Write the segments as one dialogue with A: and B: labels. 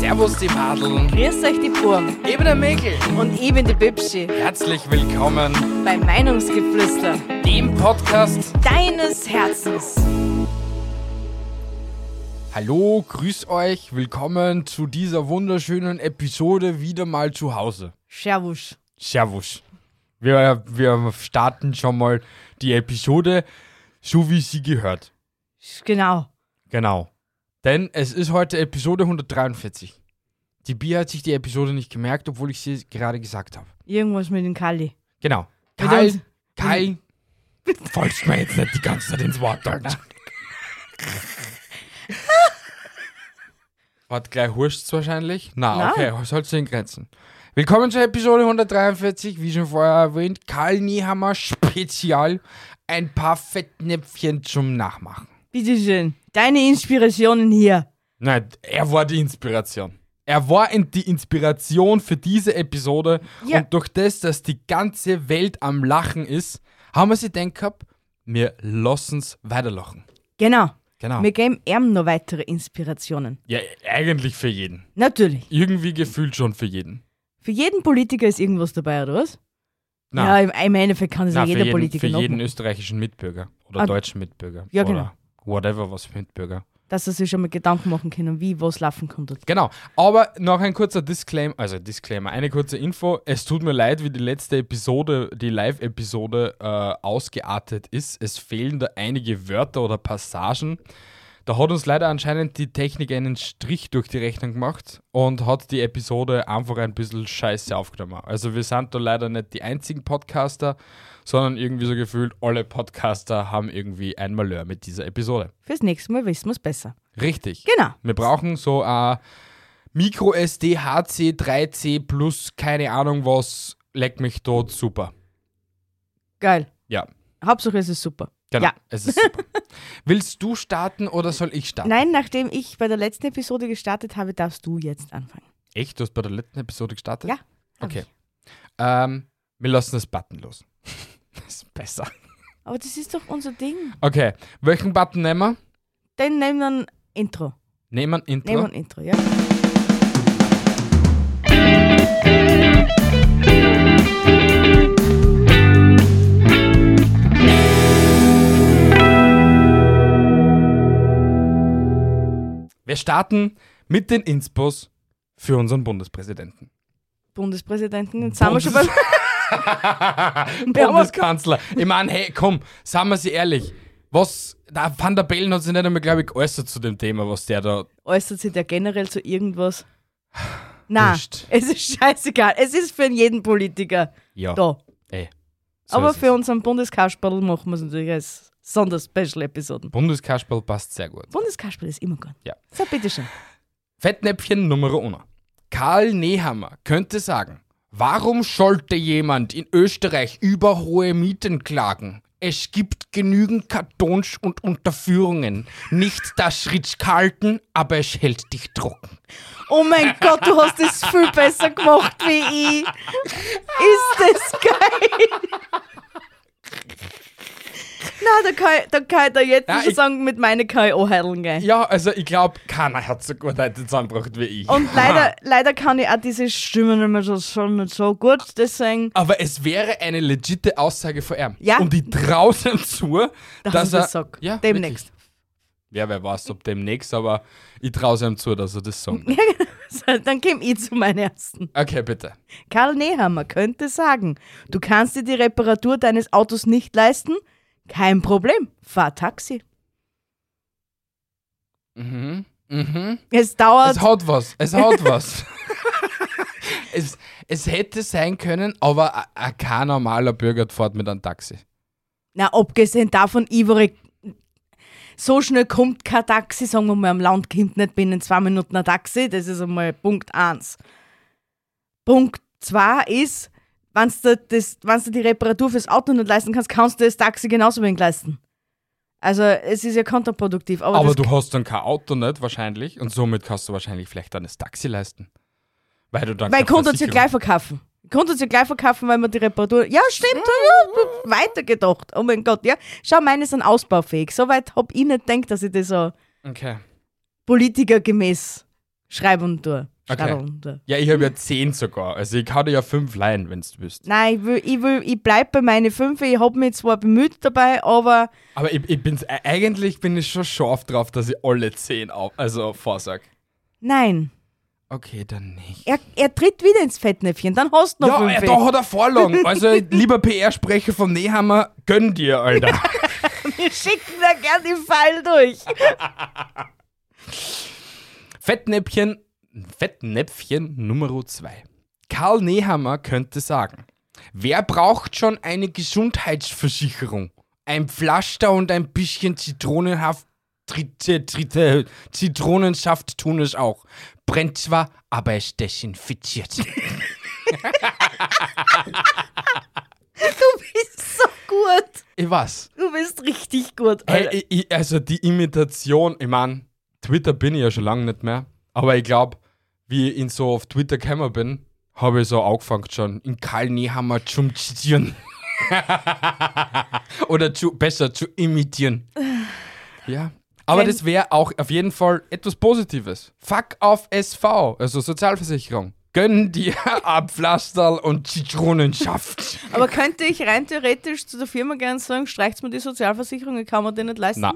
A: Servus die Madeln,
B: Grüß euch die Burm
A: eben der Mäkel.
B: und ich bin die Bibschi
A: Herzlich willkommen
B: bei Meinungsgeflüster
A: dem Podcast.
B: deines Herzens.
A: Hallo, grüß euch, willkommen zu dieser wunderschönen Episode wieder mal zu Hause.
B: Servus.
A: Servus. Wir, wir starten schon mal die Episode, so wie sie gehört.
B: Genau.
A: Genau. Denn es ist heute Episode 143. Die Bi hat sich die Episode nicht gemerkt, obwohl ich sie gerade gesagt habe.
B: Irgendwas mit dem Kali.
A: Genau.
B: Mit
A: Karl,
B: uns-
A: Karl, fallst mir jetzt nicht die ganze Zeit ins Wort, Alter. Hat gleich Hurscht wahrscheinlich? Na,
B: Nein.
A: okay, sollst du in Grenzen. Willkommen zur Episode 143, wie schon vorher erwähnt, Karl Niehammer Spezial. Ein paar Fettnäpfchen zum Nachmachen.
B: Bitteschön. Deine Inspirationen hier.
A: Nein, er war die Inspiration. Er war in- die Inspiration für diese Episode.
B: Ja.
A: Und durch das, dass die ganze Welt am Lachen ist, haben wir sie gedacht, gehabt, wir lassen's weiterlachen.
B: Genau.
A: Genau.
B: Wir geben ihm noch weitere Inspirationen.
A: ja, eigentlich für jeden.
B: Natürlich.
A: Irgendwie gefühlt schon für jeden.
B: Für jeden Politiker ist irgendwas dabei, oder was?
A: Nein,
B: Ja, im, im Endeffekt kann das
A: nein,
B: ja
A: für
B: jeder
A: jeden,
B: Politiker
A: Für
B: noch.
A: jeden österreichischen Mitbürger oder
B: Ah,
A: deutschen Mitbürger.
B: ja, genau.
A: oder Whatever was für Mitbürger.
B: Dass er sich schon mal Gedanken machen können, wie was laufen konnte.
A: Genau, aber noch ein kurzer Disclaimer, also Disclaimer, eine kurze Info. Es tut mir leid, wie die letzte Episode, die Live-Episode äh, ausgeartet ist. Es fehlen da einige Wörter oder Passagen. Da hat uns leider anscheinend die Technik einen Strich durch die Rechnung gemacht und hat die Episode einfach ein bisschen scheiße aufgenommen. Also wir sind da leider nicht die einzigen Podcaster, sondern irgendwie so gefühlt, alle Podcaster haben irgendwie ein Malheur mit dieser Episode.
B: Fürs nächste Mal wissen wir es besser.
A: Richtig.
B: Genau.
A: Wir brauchen so ein Micro SD HC 3C plus keine Ahnung was, leck mich tot, super.
B: Geil.
A: Ja,
B: Hauptsache es ist super.
A: genau.
B: Ja.
A: Es ist super. Willst du starten oder soll ich starten?
B: Nein, nachdem ich bei der letzten Episode gestartet habe, darfst du jetzt anfangen.
A: Echt? Du hast bei der letzten Episode gestartet?
B: Ja, hab
A: Okay.
B: ich.
A: Ähm, wir lassen das Button los. das ist besser.
B: Aber das ist doch unser Ding.
A: Okay. Welchen Button nehmen wir?
B: Dann nehmen wir ein Intro.
A: Nehmen wir Intro.
B: Nehmen wir ein Intro, ja?
A: Wir starten mit den Inspos für unseren Bundespräsidenten.
B: Bundespräsidenten, jetzt sind wir schon beim.
A: Bundeskanzler. Ich meine, hey, komm, sagen wir sie ehrlich. Was, der Van der Bellen hat sich nicht einmal, glaube ich, geäußert zu dem Thema, was der da.
B: Äußert sich der generell zu irgendwas? Na,
A: Wurscht.
B: es ist scheißegal. Es ist für jeden Politiker
A: Ja.
B: da.
A: Ey, so
B: Aber
A: ist
B: für
A: es.
B: unseren Bundeskasperl machen wir es natürlich als Sonderspecial-Episoden.
A: Bundeskasperl passt sehr gut.
B: Bundeskasperl ist immer gut.
A: Ja.
B: So, bitteschön.
A: Fettnäpfchen Nummer 1. Karl Nehammer könnte sagen, warum sollte jemand in Österreich über hohe Mieten klagen? Es gibt genügend Kartons und Unterführungen. Nicht das Schritz kalten, aber es hält dich trocken.
B: Oh mein Gott, du hast es viel besser gemacht wie ich. Ist das geil? Na, da kann, ich- da kann ich da jetzt
A: Ja,
B: schon
A: ich-
B: sagen, mit meinen K.O. heilen gehen.
A: Ja, also ich glaube, keiner hat so gut heute zusammengebracht wie ich.
B: Und leider, leider kann ich auch diese Stimme nicht mehr so, schon nicht so gut, deswegen.
A: Aber es wäre eine legitime Aussage von ihm.
B: Ja.
A: Und ich draußen zu,
B: Da
A: dass
B: hast du
A: er.
B: das sag.
A: Ja,
B: Demnächst.
A: Wirklich. Ja, wer weiß, ob demnächst, aber ich traue ihm zu, dass er das sagt.
B: So, Dann käme ich zu meinem ersten.
A: Okay, bitte.
B: Karl Nehammer könnte sagen, du kannst dir die Reparatur deines Autos nicht leisten? Kein Problem, fahr Taxi.
A: Mhm. Mhm.
B: Es dauert
A: Es hat was. Es hat was. es, es hätte sein können, aber a- a kein normaler Bürger fährt mit einem Taxi.
B: Na, abgesehen davon, Ivory, so schnell kommt kein Taxi, sagen wir mal, am Land kommt nicht binnen zwei Minuten ein Taxi, das ist einmal Punkt eins. Punkt zwei ist, wenn du, das, wenn's dir die Reparatur fürs Auto nicht leisten kannst, kannst du das Taxi genauso wenig leisten. Also, es ist ja kontraproduktiv. Aber,
A: Aber
B: das,
A: du hast dann kein Auto nicht, wahrscheinlich. Und somit kannst du wahrscheinlich vielleicht dann das Taxi leisten. Weil du dann.
B: weil
A: keine
B: konnte es ja
A: Versicherung-
B: gleich verkaufen. Konnte es ja gleich verkaufen, weil man die Reparatur. Ja, stimmt, ja, weitergedacht. Oh mein Gott, ja. Schau, meine sind ausbaufähig. Soweit hab ich nicht gedacht, dass ich das so.
A: Okay.
B: politikergemäß schreiben und tue.
A: Okay.
B: Schreiben und tue.
A: Ja, ich habe ja zehn sogar. Also ich hatte ja fünf Laien, wenn du willst.
B: Nein, ich, will, ich, will, ich bleib bei meinen fünf. Ich habe mich zwar bemüht dabei, aber
A: Aber ich, ich bin's, e- eigentlich bin ich schon scharf drauf, dass ich alle zehn auf, also vorsag.
B: nein.
A: Okay, dann nicht.
B: Er, er tritt wieder ins Fettnäpfchen, dann hast du noch
A: Ja,
B: fünf.
A: äh,
B: weg.
A: da hat er Vorlagen. Also, lieber PR-Sprecher vom Nehammer, gönn dir, Alter.
B: Wir schicken da gern den Fall durch.
A: Fettnäpfchen, Fettnäpfchen Nummer 2. Karl Nehammer könnte sagen, wer braucht schon eine Gesundheitsversicherung? Ein Pflaster und ein bisschen Zitronenhaft, Trite, Trite, Zitronensaft tun es auch. Brennt zwar, aber es desinfiziert.
B: Du bist so gut.
A: ich weiß.
B: Du bist richtig gut.
A: Hey,
B: Alter.
A: ich, ich, also die Imitation, ich meine, Twitter bin ich ja schon lange nicht mehr, aber ich glaube, wie ich in so auf Twitter gekommen bin, habe ich so angefangen schon, in Karl Nehammer zum Zitieren. Oder zu, besser zu imitieren. Ja. Aber
B: Wenn-
A: das wäre auch auf jeden Fall etwas Positives. Fuck auf SV, also Sozialversicherung. Gönn dir ein Pflasterl und Zitronenschaft.
B: Aber könnte ich rein theoretisch zu der Firma gerne sagen, streicht mir die Sozialversicherung, ich kann mir die nicht leisten?
A: Na,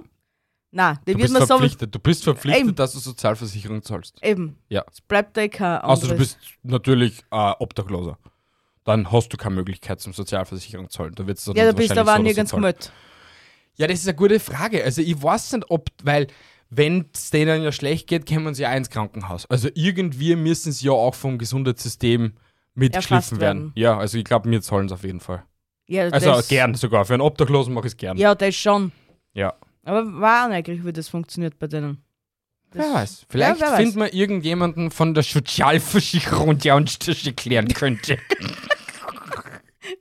B: Nein, die
A: du
B: wird
A: bist
B: mir so.
A: verpflichtet. Du bist verpflichtet,
B: Eben.
A: dass du Sozialversicherung zahlst.
B: Eben,
A: Ja.
B: es bleibt da eh kein anderes.
A: Außer du bist natürlich äh, Obdachloser. Dann hast du keine Möglichkeit zum Sozialversicherung zahlen. Da wird's
B: ja, da bist du aber nirgends gemeldet.
A: Ja, das ist eine gute Frage. Also ich weiß nicht, ob, weil wenn es denen ja schlecht geht, kommen sie ja ins Krankenhaus. Also irgendwie müssen sie ja auch vom Gesundheitssystem mitgeschliffen werden.
B: Erfasst werden.
A: Ja, also ich glaube, mir zahlen es auf jeden Fall.
B: Ja,
A: Also
B: das,
A: gern sogar. Für einen Obdachlosen mache ich es gern.
B: Ja, das schon.
A: ja.
B: Aber war eigentlich, wie das funktioniert bei denen.
A: Wer
B: Das-
A: weiß. Vielleicht
B: wer weiß.
A: finden wir irgendjemanden von der Sozialversicherung, der uns das erklären könnte.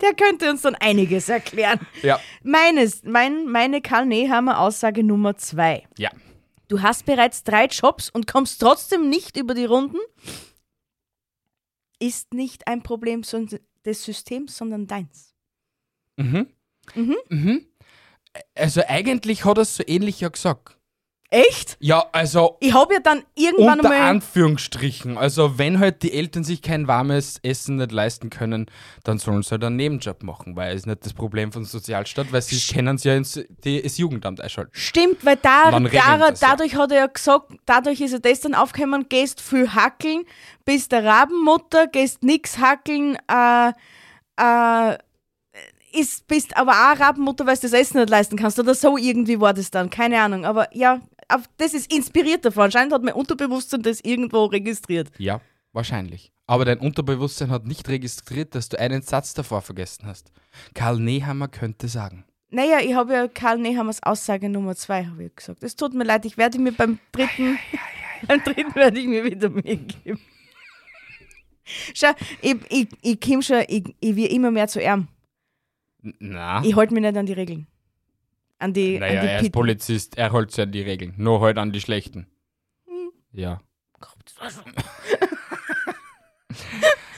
B: Der könnte uns dann einiges erklären.
A: ja.
B: Meines, mein, meine Karl Nehammer Aussage Nummer zwei.
A: Ja.
B: Du hast bereits drei Jobs und kommst trotzdem nicht über die Runden? Ist nicht ein Problem son- des Systems, sondern deins.
A: Mhm.
B: Mhm.
A: Mhm. Also eigentlich hat er es so ähnlich ja gesagt.
B: Echt?
A: Ja, also
B: Ich habe ja dann irgendwann
A: unter
B: einmal.
A: Anführungsstrichen. Also wenn halt die Eltern sich kein warmes Essen nicht leisten können, dann sollen sie halt einen Nebenjob machen, weil es ist nicht das Problem von Sozialstaat, weil sie kennen sie ja ins die, das Jugendamt einschalten.
B: Stimmt, weil da,
A: Man regelt
B: da,
A: das, ja.
B: dadurch hat er ja gesagt, dadurch ist er das dann aufgekommen, gehst viel hackeln, bist der Rabenmutter, gehst nix hackeln, äh, äh, ist, bist aber auch Rabenmutter, weil du das Essen nicht leisten kannst oder so irgendwie war das dann, keine Ahnung, aber ja, auf, das ist inspiriert davon, anscheinend hat mein Unterbewusstsein das irgendwo registriert.
A: Ja, wahrscheinlich. Aber dein Unterbewusstsein hat nicht registriert, dass du einen Satz davor vergessen hast. Karl Nehammer könnte sagen.
B: Naja, ich habe ja Karl Nehammers Aussage Nummer zwei, habe ich gesagt. Es tut mir leid, ich werde mir beim dritten, beim dritten werde ich mir wieder mehr geben. Schau, ich, ich, ich komme schon, ich, ich werde immer mehr zu ihm.
A: N- Na.
B: Ich halte mich nicht an die Regeln. An die,
A: Naja,
B: an die
A: er ist
B: Pitten.
A: Polizist, er holt sich an die Regeln. Nur halt an die schlechten. Ja.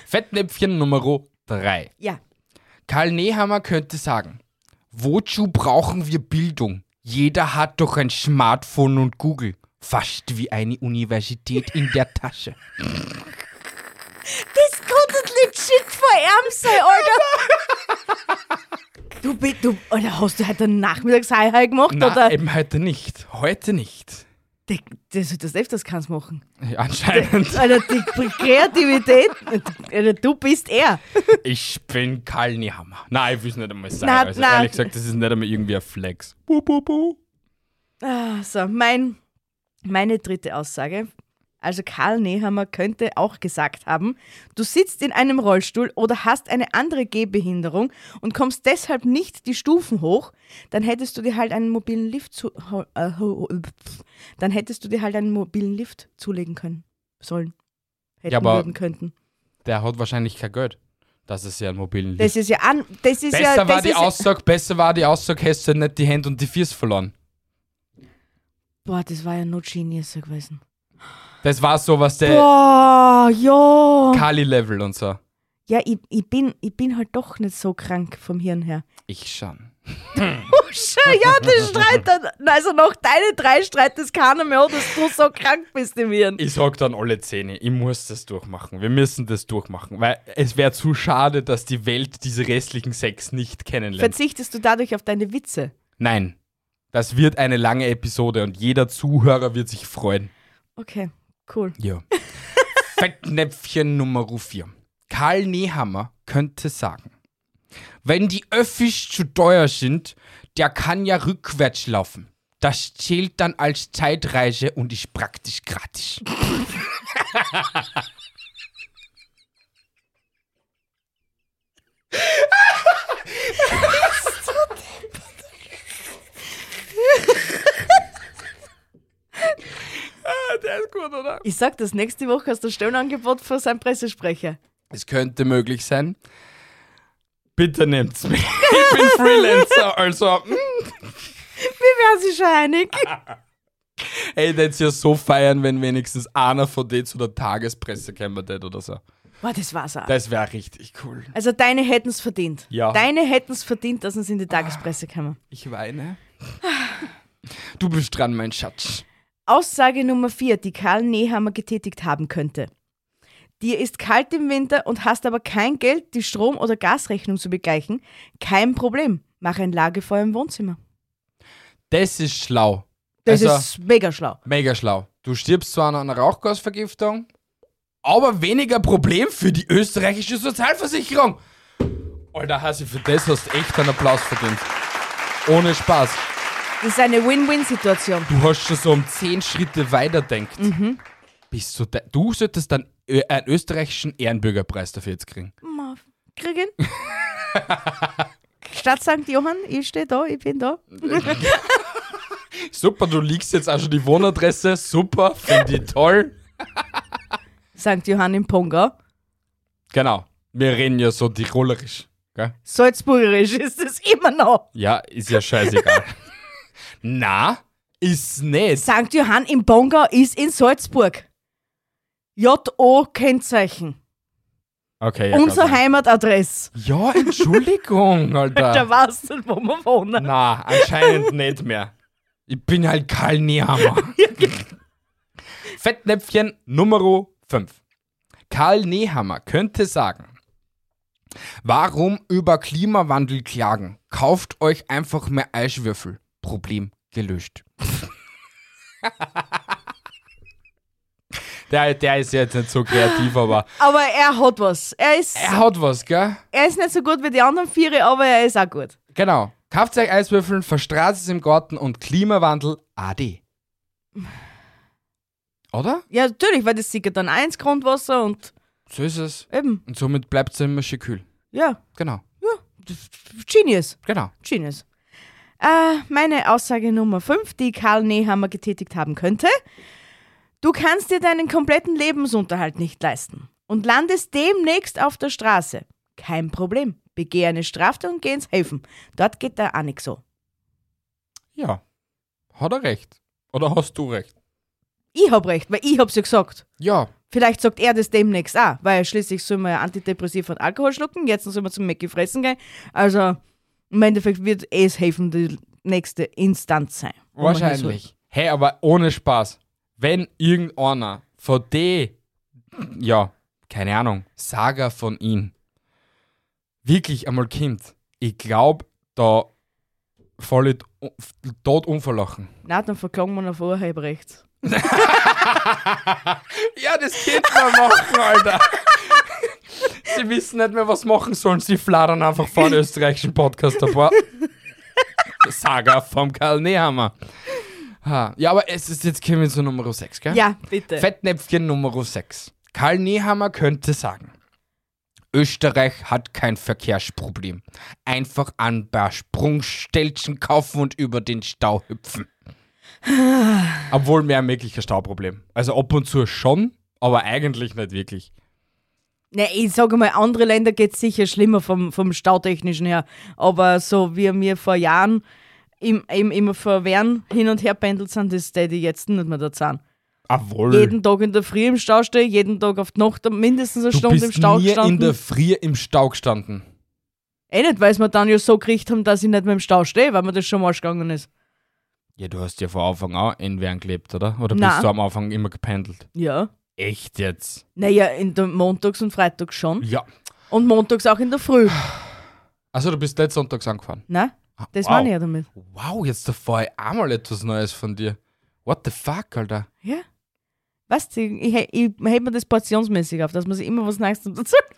A: Fettnäpfchen Nummer 3.
B: Ja,
A: Karl Nehammer könnte sagen, wozu brauchen wir Bildung? Jeder hat doch ein Smartphone und Google. Fast wie eine Universität in der Tasche.
B: Das könnte legit verärmt sein, Alter. du, bi- du, Alter, hast du heute einen Nachmittagsheihei gemacht?
A: Na,
B: oder?
A: eben heute nicht. Heute nicht.
B: Das, das, das öfters kannst du machen.
A: Anscheinend.
B: Alter, die Kreativität, Alter, du bist er.
A: Ich bin Karl Nehammer. Nein, ich will es nicht einmal sagen.
B: Na,
A: also,
B: na.
A: Ehrlich gesagt, das ist nicht einmal irgendwie ein Flex. Bu, bu, bu.
B: Ah, So, mein, meine dritte Aussage. Also Karl Nehammer könnte auch gesagt haben, du sitzt in einem Rollstuhl oder hast eine andere Gehbehinderung und kommst deshalb nicht die Stufen hoch, dann hättest du dir halt einen mobilen Lift zu, ho- äh, ho- pf, dann hättest du dir halt einen mobilen Lift zulegen können sollen. Hätten
A: Ja, aber-
B: würden könnten.
A: der hat wahrscheinlich kein Geld, dass er sich einen mobilen
B: Das
A: Lift.
B: ist ja an, das ist
A: Besser
B: ja das
A: war die
B: ist,
A: Aussage, besser war die Aussage, hast du nicht die Hände und die Füße verloren.
B: Boah, das war ja not genius so gewesen.
A: Das war so was
B: Äh,
A: der
B: Boah, ja.
A: Kali-Level und so.
B: Ja, ich, ich, bin, ich bin halt doch nicht so krank vom Hirn her.
A: Ich schon.
B: Bursche, ja, das streit dann. Also nach deine drei streitet es keiner mehr, an, dass du so krank bist im Hirn.
A: Ich sag dann alle Zähne, ich muss das durchmachen. Wir müssen das durchmachen, weil es wäre zu schade, dass die Welt diese restlichen sechs nicht kennenlernt.
B: Verzichtest du dadurch auf deine Witze?
A: Nein. Das wird eine lange Episode und jeder Zuhörer wird sich freuen.
B: Okay, cool.
A: Ja. Fettnäpfchen Nummer 4. Karl Nehammer könnte sagen, wenn die Öffis zu teuer sind, der kann ja rückwärts laufen. Das zählt dann als Zeitreise und ist praktisch gratis. Ah, Der ist gut, oder?
B: Ich sag das, nächste Woche hast du ein Stellenangebot für seinen Pressesprecher.
A: Es könnte möglich sein. Bitte nehmt's mich. Ich bin Freelancer, also. mm.
B: Wir wären sich schon einig.
A: Ey, das ja so feiern, wenn wenigstens einer von denen zu der Tagespresse kämen würde oder so.
B: Boah, das war's auch.
A: Das wäre richtig cool.
B: Also deine hätten's verdient.
A: Ja.
B: Deine hätten's verdient, dass uns in die Tagespresse kommen.
A: Ich weine. Du bist dran, mein Schatz.
B: Aussage Nummer 4, die Karl Nehammer getätigt haben könnte. Dir ist kalt im Winter und hast aber kein Geld, die Strom- oder Gasrechnung zu begleichen. Kein Problem. Mach ein Lagerfeuer im Wohnzimmer.
A: Das ist schlau.
B: Das
A: also,
B: ist mega schlau.
A: mega schlau. Du stirbst zwar an einer Rauchgasvergiftung, aber weniger Problem für die österreichische Sozialversicherung. Alter Hasi, für das hast du echt einen Applaus verdient. Ohne Spaß.
B: Das ist eine Win-Win-Situation.
A: Du hast schon so um zehn Mhm. Schritte weiterdenkt. Bist du, de du solltest dann ö- einen österreichischen Ehrenbürgerpreis dafür jetzt kriegen.
B: Ma, Kriegen? Stadt St. Johann, ich stehe da, ich bin da.
A: Super, du liegst jetzt auch schon die Wohnadresse. Super, finde ich toll.
B: St. Johann im Pongau.
A: Genau. Wir reden ja so tirolerisch. Gell?
B: Salzburgerisch ist es immer noch.
A: Ja, ist ja scheißegal. Na, ist nicht.
B: St. Johann im Pongau ist in Salzburg. JO-Kennzeichen.
A: Okay, ja,
B: Unsere
A: Gott, nein.
B: Heimatadresse.
A: Ja, Entschuldigung,
B: Da
A: Alter.
B: weißt du, wo wir wohnen.
A: Na, anscheinend nicht mehr. Ich bin halt Karl Nehammer. Fettnäpfchen Nummer 5. Karl Nehammer könnte sagen, warum über Klimawandel klagen? Kauft euch einfach mehr Eiswürfel. Problem gelöst. der, der ist jetzt nicht so kreativ, aber
B: Aber er hat was. Er ist,
A: er hat was, gell?
B: er ist nicht so gut wie die anderen Viere, aber er ist auch gut.
A: Genau. Kauft euch Eiswürfeln, verstraßt es im Garten und Klimawandel AD. Oder?
B: Ja, natürlich, weil das sickert dann eins Grundwasser und
A: So ist es.
B: eben,
A: Und somit bleibt es immer schön kühl.
B: ja,
A: Genau,
B: Genius.
A: genau.
B: Genius. Äh, meine Aussage Nummer 5, die Karl Nehammer getätigt haben könnte. Du kannst dir deinen kompletten Lebensunterhalt nicht leisten und landest demnächst auf der Straße. Kein Problem. Begeh eine Straftat und geh ins Häfen. Dort geht da auch nix so.
A: Ja. Hat er recht? Oder hast du recht?
B: Ich hab recht, weil ich hab's ja gesagt.
A: Ja.
B: Vielleicht sagt er das demnächst auch, weil schließlich soll man ja antidepressiv und Alkohol schlucken, jetzt soll man zum Mäcki fressen gehen. Also im Endeffekt wird eh das Häfen die nächste Instanz sein. wo man halt hin soll.
A: Wahrscheinlich. Hey, aber ohne Spaß. Wenn irgendeiner von D, ja, keine Ahnung, Saga von ihm, wirklich einmal kommt, ich glaube, da voll tot unverlachen.
B: Na, dann verklagen wir auf Urheberrecht.
A: Ja, das geht man machen, Alter. Sie wissen nicht mehr, was machen sollen. Sie fladern einfach vor den österreichischen Podcast davor. Saga vom Karl Nehammer. Ha. Ja, aber es ist jetzt kommen wir zu Nummer 6, gell?
B: Ja, bitte.
A: Äh. Fettnäpfchen Nummer 6. Karl Nehammer könnte sagen, Österreich hat kein Verkehrsproblem. Einfach ein paar Sprungstelzen kaufen und über den Stau hüpfen. Obwohl mehr ein mögliches Stauproblem. Also ab und zu schon, aber eigentlich nicht wirklich.
B: Ne, ich sage mal, andere Länder geht es sicher schlimmer vom, vom Stautechnischen her. Aber so wie wir vor Jahren im, im, immer vor Wern hin und her pendelt sind, das täte ich jetzt nicht mehr da sein.
A: Obwohl.
B: Jeden Tag in der Früh im Stau stehen, jeden Tag auf die Nacht mindestens eine
A: du
B: Stunde
A: bist
B: im Stau
A: nie
B: gestanden.
A: in der Früh im Stau gestanden.
B: Eh nicht, weil wir dann ja so gekriegt haben, dass ich nicht mehr im Stau stehe, weil mir das schon mal gegangen ist.
A: Ja, du hast ja von Anfang an in Wern gelebt, oder? Oder bist
B: Nein.
A: du am Anfang immer gependelt?
B: Ja.
A: Echt jetzt?
B: Naja, in der montags und freitags schon.
A: Ja.
B: Und montags auch in der Früh.
A: Also du bist letzten Sonntags angefahren.
B: Nein, das
A: wow.
B: meine ich ja damit.
A: Wow, jetzt erfahre ich einmal etwas Neues von dir. What the fuck, Alter?
B: Ja. Weißt du, ich, he- ich hebe mir das portionsmäßig auf, dass man sich immer was Neues dazu sagt.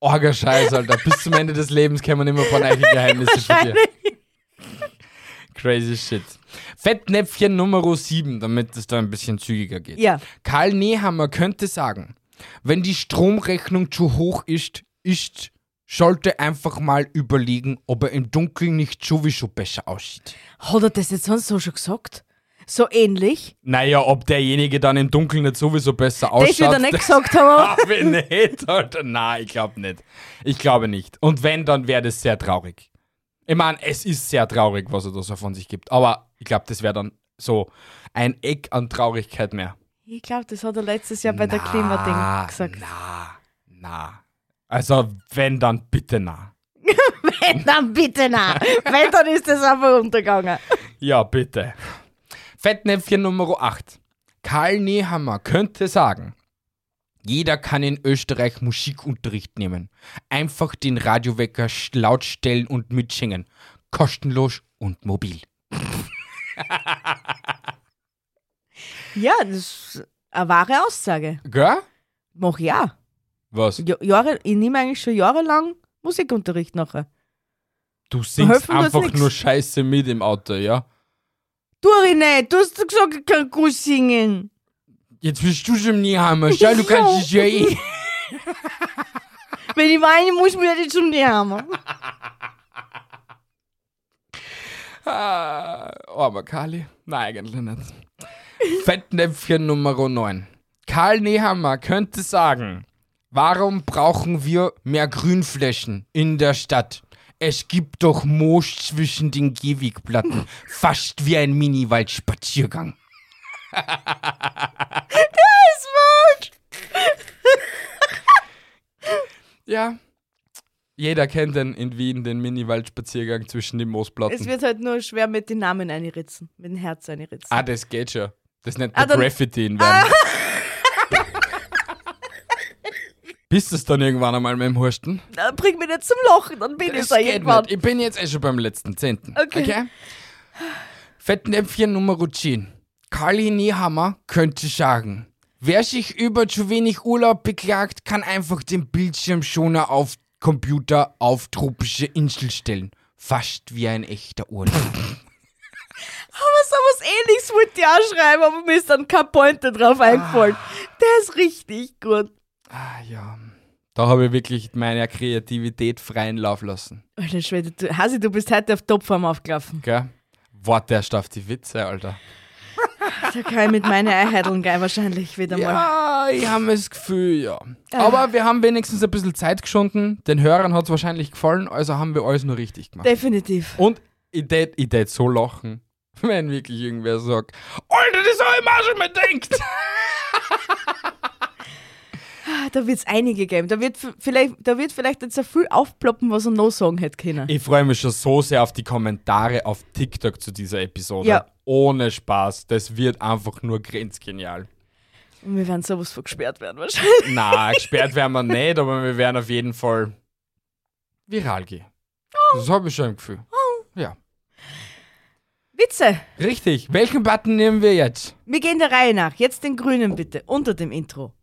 A: Orger Scheiß, Alter. Bis zum Ende des Lebens kann man immer von euch Geheimnisse von dir. Crazy shit. Fettnäpfchen Nummer 7, damit es da ein bisschen zügiger geht.
B: Ja.
A: Karl Nehammer könnte sagen, wenn die Stromrechnung zu hoch ist, ist, sollte einfach mal überlegen, ob er im Dunkeln nicht sowieso besser aussieht.
B: Hat er das jetzt sonst so schon gesagt? So ähnlich?
A: Naja, ob derjenige dann im Dunkeln nicht sowieso besser ausschaut.
B: das wird er nicht gesagt haben.
A: Glaube ich nicht, Alter. Nein, ich glaube nicht. Ich glaube nicht. Und wenn, dann wäre das sehr traurig. Ich meine, es ist sehr traurig, was er da so von sich gibt. Aber ich glaube, das wäre dann so ein Eck an Traurigkeit mehr.
B: Ich glaube, das hat er letztes Jahr bei der
A: Na,
B: Klimading gesagt.
A: Na, na. Also, wenn, dann bitte na.
B: Wenn dann bitte nein. Wenn dann ist das einfach untergegangen.
A: Ja, bitte. Fettnäpfchen Nummer 8. Karl Nehammer könnte sagen, jeder kann in Österreich Musikunterricht nehmen. Einfach den Radiowecker sch- laut stellen und mitsingen. Kostenlos und mobil.
B: Ja, das ist eine wahre Aussage.
A: Gell?
B: Mach ich auch.
A: Was?
B: Ja- Jahre, ich nehme eigentlich schon jahrelang Musikunterricht nachher.
A: Du singst
B: Helfen tut's
A: einfach
B: nix.
A: nur Scheiße mit im Auto, ja?
B: Tu ich nicht, du hast doch gesagt, ich kann gut singen.
A: Jetzt bist du schon im Nehammer. Schau, du kannst es ja eh.
B: Wenn ich weine, muss ich mir das schon die haben.
A: Ah, armer Kali. Nein, eigentlich nicht. Fettnäpfchen Nummer 9. Karl Nehammer könnte sagen, warum brauchen wir mehr Grünflächen in der Stadt? Es gibt doch Moos zwischen den Gehwegplatten, fast wie ein Mini-Waldspaziergang. Ja, jeder kennt den in Wien, den Mini-Waldspaziergang zwischen den
B: Es
A: Moosplatten.
B: wird halt nur schwer mit den Namen einritzen, mit dem Herz einritzen.
A: Ah, das geht schon. Das nennt
B: Ah,
A: man
B: dann- Ah.
A: Graffiti in Wien. Bist du es dann irgendwann einmal mit dem Hursten?
B: Ah, Bring mich nicht zum Lachen, dann bin ich
A: Das
B: da
A: geht
B: irgendwann.
A: nicht. Ich bin jetzt eh schon beim letzten Zehnten.
B: Okay.
A: Fettnäpfchen Nummer 10. Karli Niehammer könnte sagen, wer sich über zu wenig Urlaub beklagt, kann einfach den Bildschirmschoner auf Computer auf tropische Insel stellen. Fast wie ein echter Urlaub.
B: Aber so was ähnliches wollte ich auch schreiben, aber mir ist dann kein Pointer drauf eingefallen. Der ist richtig gut.
A: ah, ja. Da habe ich wirklich meiner Kreativität freien Lauf lassen.
B: Alter Schwede, du, Hasi, du bist heute auf Topform aufgelaufen.
A: Gell? Wort, der schafft die Witze, Alter.
B: Da kann ich mit meinen Einheiteln gehen, wahrscheinlich wieder mal.
A: Ja, ich habe das Gefühl, ja. Aber wir haben wenigstens ein bisschen Zeit geschunden. Den Hörern hat es wahrscheinlich gefallen, also haben wir alles nur richtig gemacht.
B: Definitiv.
A: Und ich tät, ich tät so lachen, wenn wirklich irgendwer sagt, Alter, das habe ich mir auch schon mal gedacht.
B: Ah, Da wird es einige geben. Da wird, v- vielleicht, da wird vielleicht jetzt so viel aufploppen, was er noch sagen hätte können.
A: Ich freue mich schon so sehr auf die Kommentare auf TikTok zu dieser Episode.
B: Ja.
A: Ohne Spaß, das wird einfach nur grenzgenial.
B: Und wir werden sowas von gesperrt werden, wahrscheinlich.
A: Na, gesperrt werden wir nicht, aber wir werden auf jeden Fall viral gehen.
B: Oh.
A: Das habe ich schon im Gefühl. Ja.
B: Witze!
A: Richtig. Welchen Button nehmen wir jetzt?
B: Wir gehen der Reihe nach. Jetzt den grünen bitte, unter dem Intro.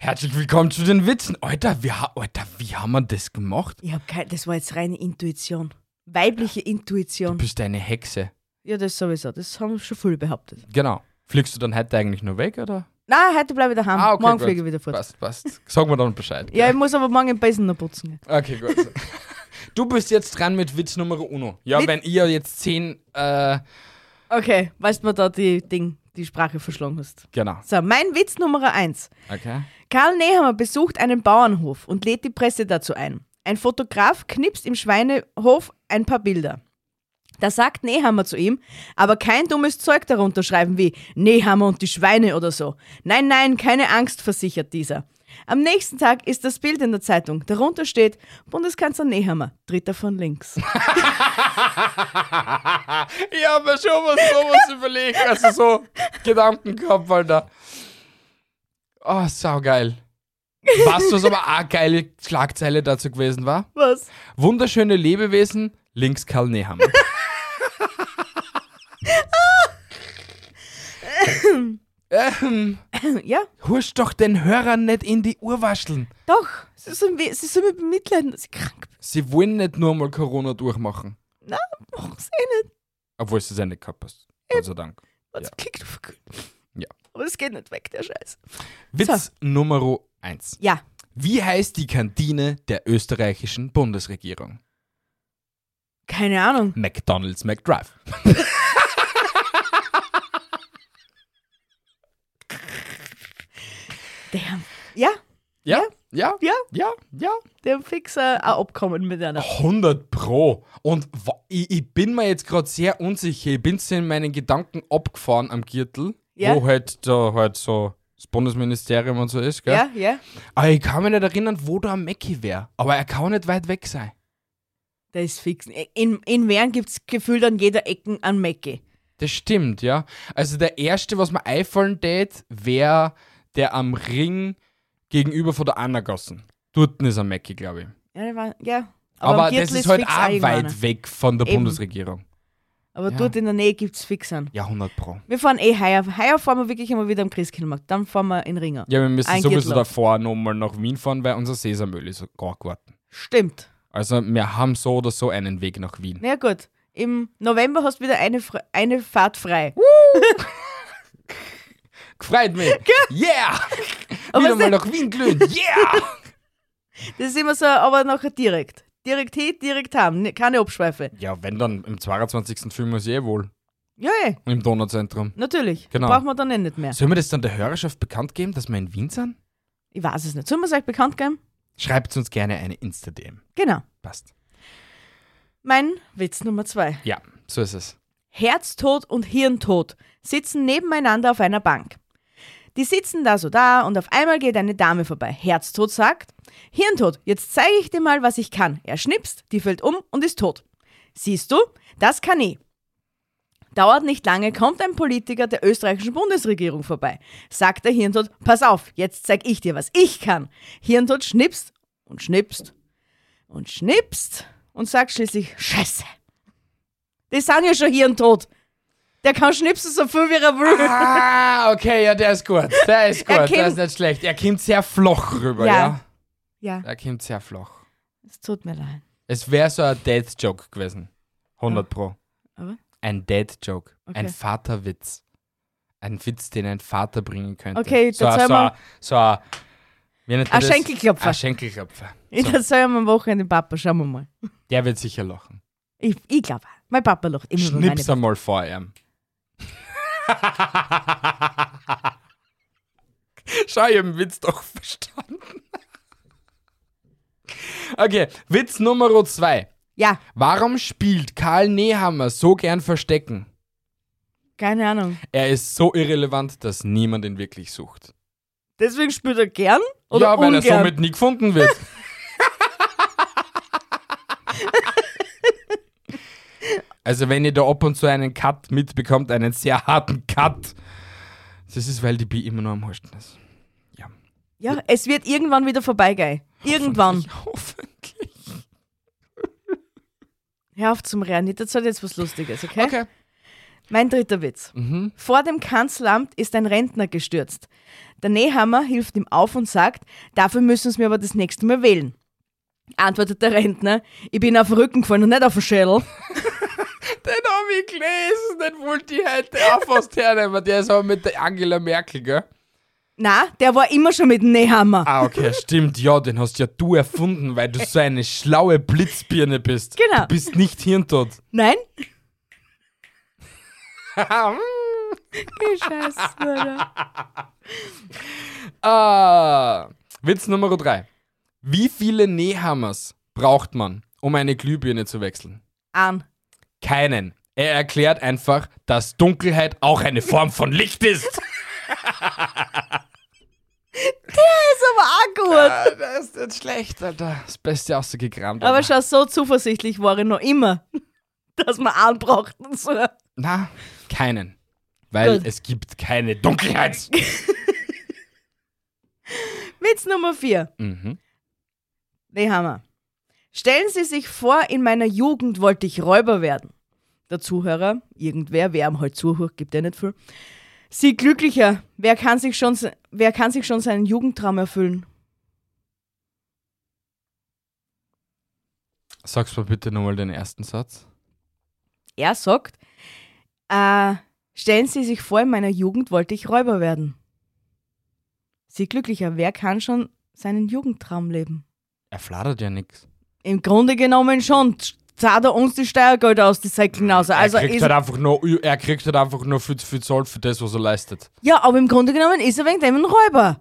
A: Herzlich willkommen zu den Witzen. Alter, wie, ha- Alter, wie haben wir das gemacht?
B: Ich hab kein, das war jetzt reine Intuition. Weibliche
A: Du
B: Intuition.
A: bist eine Hexe.
B: Ja, das sowieso. Das haben schon viele behauptet.
A: Genau. Fliegst du dann heute eigentlich nur weg, oder?
B: Nein, heute bleibe ich daheim. morgen
A: Ah, gut.
B: fliege ich wieder fort.
A: Passt, passt. Sagen wir dann Bescheid.
B: Ja, ich
A: gell?
B: muss aber morgen im Besen noch putzen. gehen.
A: Okay, gut. Du bist jetzt dran mit Witz Nummer uno. Ja,
B: Witz-
A: wenn ihr jetzt zehn, äh,
B: Okay, weißt du, mir da die Ding, die Sprache verschlungen hast.
A: genau.
B: So, mein Witz Nummer eins.
A: Okay.
B: Karl Nehammer besucht einen Bauernhof und lädt die Presse dazu ein. Ein Fotograf knipst im Schweinehof ein paar Bilder. Da sagt Nehammer zu ihm, aber kein dummes Zeug darunter schreiben wie Nehammer und die Schweine oder so. Nein, nein, keine Angst, versichert dieser. Am nächsten Tag ist das Bild in der Zeitung. Darunter steht Bundeskanzler Nehammer, dritter von links.
A: ich habe mir schon was sowas überlegt. Also so Gedanken gehabt, Alter. Oh, saugeil. Was das aber auch geile Schlagzeile dazu gewesen war?
B: Was?
A: Wunderschöne Lebewesen, links Karl Nehammer. ähm,
B: Ja,
A: husch doch den Hörern nicht in die Uhr wascheln.
B: doch. Sie sollen, we- sie sollen mich bemitleiden, dass ich krank bin.
A: Sie wollen nicht nur mal Corona durchmachen.
B: Nein, machen sie eh nicht.
A: Obwohl es das eh nicht gehabt hast. Gott sei Dank.
B: Was
A: Ja.
B: kickt auf
A: Ja.
B: Aber es geht nicht weg, der Scheiß.
A: Witz Nummer 1.
B: Ja,
A: Wie heißt die Kantine der österreichischen Bundesregierung?
B: keine Ahnung.
A: McDonald's McDrive.
B: Die haben, ja,
A: Ja, ja,
B: ja,
A: ja, ja.
B: die haben fix äh, ein Abkommen mit einer.
A: 100 Pro. Und wa- ich, ich bin mir jetzt gerade sehr unsicher. Ich bin so in meinen Gedanken abgefahren am Gürtel,
B: Ja.
A: wo halt da halt so das Bundesministerium und so ist, gell?
B: Ja, ja.
A: Aber ich kann mich nicht erinnern, wo da ein Mackie wäre. Aber er kann nicht weit weg sein.
B: Der ist fix. In, in Wern gibt es gefühlt an jeder Ecke einen Mäcki.
A: Das stimmt, ja. Also der erste, was mir einfallen tät, wäre der am Ring gegenüber von der Anagassen. Dort ist ein Mackie, glaube ich.
B: Ja, der war, ja.
A: Aber,
B: am
A: das
B: Gürtel
A: ist halt
B: fix
A: auch
B: irgendeiner.
A: weit weg von der
B: Eben.
A: Bundesregierung.
B: Aber
A: Ja.
B: dort in der Nähe gibt es fix einen.
A: Ja, 100 Pro.
B: Wir fahren eh heuer. Heuer fahren wir wirklich immer wieder am Christkindlmarkt. Dann fahren wir in Ringer.
A: Ja, wir müssen
B: Ein
A: sowieso
B: Gürtel.
A: davor nochmal nach Wien fahren, weil unser Sesamöl ist gar geworden.
B: Stimmt.
A: Also wir haben so oder so einen Weg nach Wien.
B: Na ja, gut. Im November hast du wieder eine, Fre- eine Fahrt frei.
A: Gefreut mich! Yeah!
B: Aber
A: Wieder
B: es-
A: mal nach Wien glühen! Yeah!
B: Das ist immer so, aber nachher direkt. Direkt hin, direkt haben. Ne- Keine Abschweife.
A: ja, wenn dann im 22. fühlen wir uns eh wohl.
B: Ja, eh.
A: Im Donauzentrum.
B: Natürlich.
A: Genau.
B: Brauchen wir dann eh nicht mehr.
A: Sollen wir das dann der Hörerschaft bekannt geben, dass wir in Wien sind?
B: Ich weiß es nicht. Sollen wir es euch bekannt geben?
A: Schreibt uns gerne eine Insta-DM.
B: Genau.
A: Passt.
B: Mein Witz Nummer zwei.
A: Ja, so ist es.
B: Herztod und Hirntod sitzen nebeneinander auf einer Bank. Die sitzen da so da und auf einmal geht eine Dame vorbei. Herztod sagt, Hirntod, jetzt zeige ich dir mal, was ich kann. Er schnipst, die fällt um und ist tot. Siehst du, das kann ich. Dauert nicht lange, kommt ein Politiker der österreichischen Bundesregierung vorbei. Sagt der Hirntod, pass auf, jetzt zeig ich dir, was ich kann. Hirntod schnipst und schnipst und schnipst und sagt schließlich, Scheiße. Die sind ja schon Hirntod. Der kann schnipsen so viel wie er will.
A: Ah, okay, ja, der ist gut. Der ist gut,
B: Er
A: der
B: kommt-
A: ist nicht schlecht. Er kommt sehr floch rüber, ja?
B: Ja. Ja,
A: Er kommt sehr floch.
B: es tut mir leid.
A: Es wäre so ein Dad-Joke gewesen. 100 Pro.
B: Ah. Aber?
A: Ein Dad-Joke.
B: Okay.
A: Ein Vaterwitz. Ein Witz, den ein Vater bringen könnte.
B: Okay,
A: so,
B: das
A: ein-
B: soll
A: so,
B: man-
A: ein- so ein- wie nennt man
B: Ein
A: das?
B: Schenkelklopfer.
A: Ein Schenkelklopfer.
B: Ich
A: So.
B: erzähle am Wochenende dem Papa, schauen wir mal.
A: Der wird sicher lachen.
B: Ich, ich glaube, mein Papa lacht immer über
A: Schnips
B: meine
A: einmal vor ihm. Schau, ich hab den Witz doch verstanden. Okay, Witz Nummer zwei.
B: Ja,
A: Warum spielt Karl Nehammer so gern Verstecken?
B: keine Ahnung.
A: Er ist so irrelevant, dass niemand ihn wirklich sucht.
B: Deswegen spielt er gern oder
A: ja, weil
B: ungern.
A: er somit nie gefunden wird. also wenn ihr da ab und zu einen Cut mitbekommt, einen sehr harten Cut, das ist, weil die Bi immer nur am Husten ist.
B: ja, es wird irgendwann wieder vorbeigehen. Irgendwann.
A: Hoffentlich.
B: Hör auf zum Rennen. Ich erzähle jetzt was Lustiges, okay?
A: Okay. Mhm.
B: Mein dritter Witz. Vor dem Kanzleramt ist ein Rentner gestürzt. Der Nehammer hilft ihm auf und sagt, dafür müssen sie mir aber das nächste Mal wählen. Antwortet der Rentner, ich bin auf den Rücken gefallen und nicht auf den Schädel.
A: Den habe ich gelesen, den wollte ich heute auch fast hernehmen. Der ist aber mit der Angela Merkel, gell?
B: Na, der war immer schon mit dem Nehammer.
A: Ah, okay, stimmt, ja, den hast ja du erfunden, weil du so eine schlaue Blitzbirne bist.
B: Genau.
A: Du bist nicht hirntot.
B: Nein?
A: ah, Witz Nummer drei. Wie viele Nähhammers braucht man, um eine Glühbirne zu wechseln?
B: An.
A: Keinen. Er erklärt einfach, dass Dunkelheit auch eine Form von Licht ist.
B: Ist aber auch gut.
A: Ah, das ist jetzt schlecht, Alter. Das Beste rausgekramt.
B: Aber
A: Alter.
B: schau, so zuversichtlich war ich noch immer, dass wir einen brauchten. So.
A: Na, keinen. Weil
B: Gut.
A: es gibt keine Dunkelheit.
B: Witz Nummer 4.
A: mhm.
B: Die haben wir. Stellen Sie sich vor, in meiner Jugend wollte ich Räuber werden. Der Zuhörer, irgendwer, wer am halt zuhört, gibt ja nicht viel. Sie glücklicher. Wer kann sich schon, se- wer kann sich schon seinen Jugendtraum erfüllen?
A: Sag's mal bitte nochmal den ersten Satz.
B: Er sagt, äh, stellen Sie sich vor, in meiner Jugend wollte ich Räuber werden. Sie glücklicher. Wer kann schon seinen Jugendtraum leben?
A: Er fladert ja nichts.
B: Im Grunde genommen schon. Zahlt er uns die Steuergelder aus die Säcken raus. Also
A: er, kriegt
B: ist,
A: halt einfach nur, er kriegt halt einfach nur viel zu viel Zoll für das, was er leistet.
B: ja, aber im Grunde genommen ist er wegen dem ein Räuber.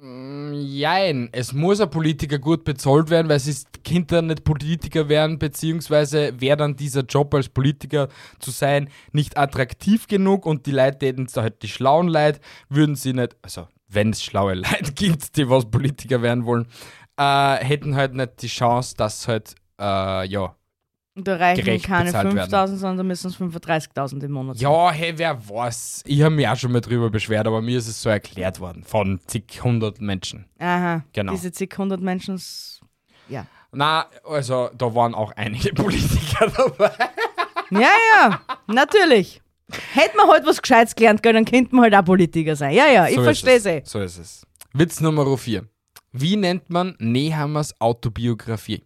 A: Mm, Jein, es muss ein Politiker gut bezahlt werden, weil es ist Kinder nicht Politiker werden, beziehungsweise wäre dann dieser Job als Politiker zu sein nicht attraktiv genug und die Leute täten da halt die schlauen Leute, würden sie nicht, also wenn es schlaue Leute gibt, die was Politiker werden wollen, äh, hätten halt nicht die Chance, dass halt, äh, ja.
B: Und da reichen
A: Gerecht
B: keine
A: bezahlt werden.
B: 5.000, sondern da müssen es 35.000 im Monat sein.
A: Ja, hey, wer weiß. Ich habe mich auch schon mal drüber beschwert, aber mir ist es so erklärt worden von zig hundert Menschen.
B: Aha,
A: Genau.
B: diese zig hundert Menschen, s- ja.
A: Na, also da waren auch einige Politiker dabei.
B: Ja, ja, natürlich. Hätten wir heute was Gescheites gelernt, gell, dann könnten wir halt auch Politiker sein. Ja, ja, ich eh.
A: ist
B: verstehe
A: es.
B: sie.
A: So ist es. Witz Nummer 4. Wie nennt man Nehammers Autobiografie?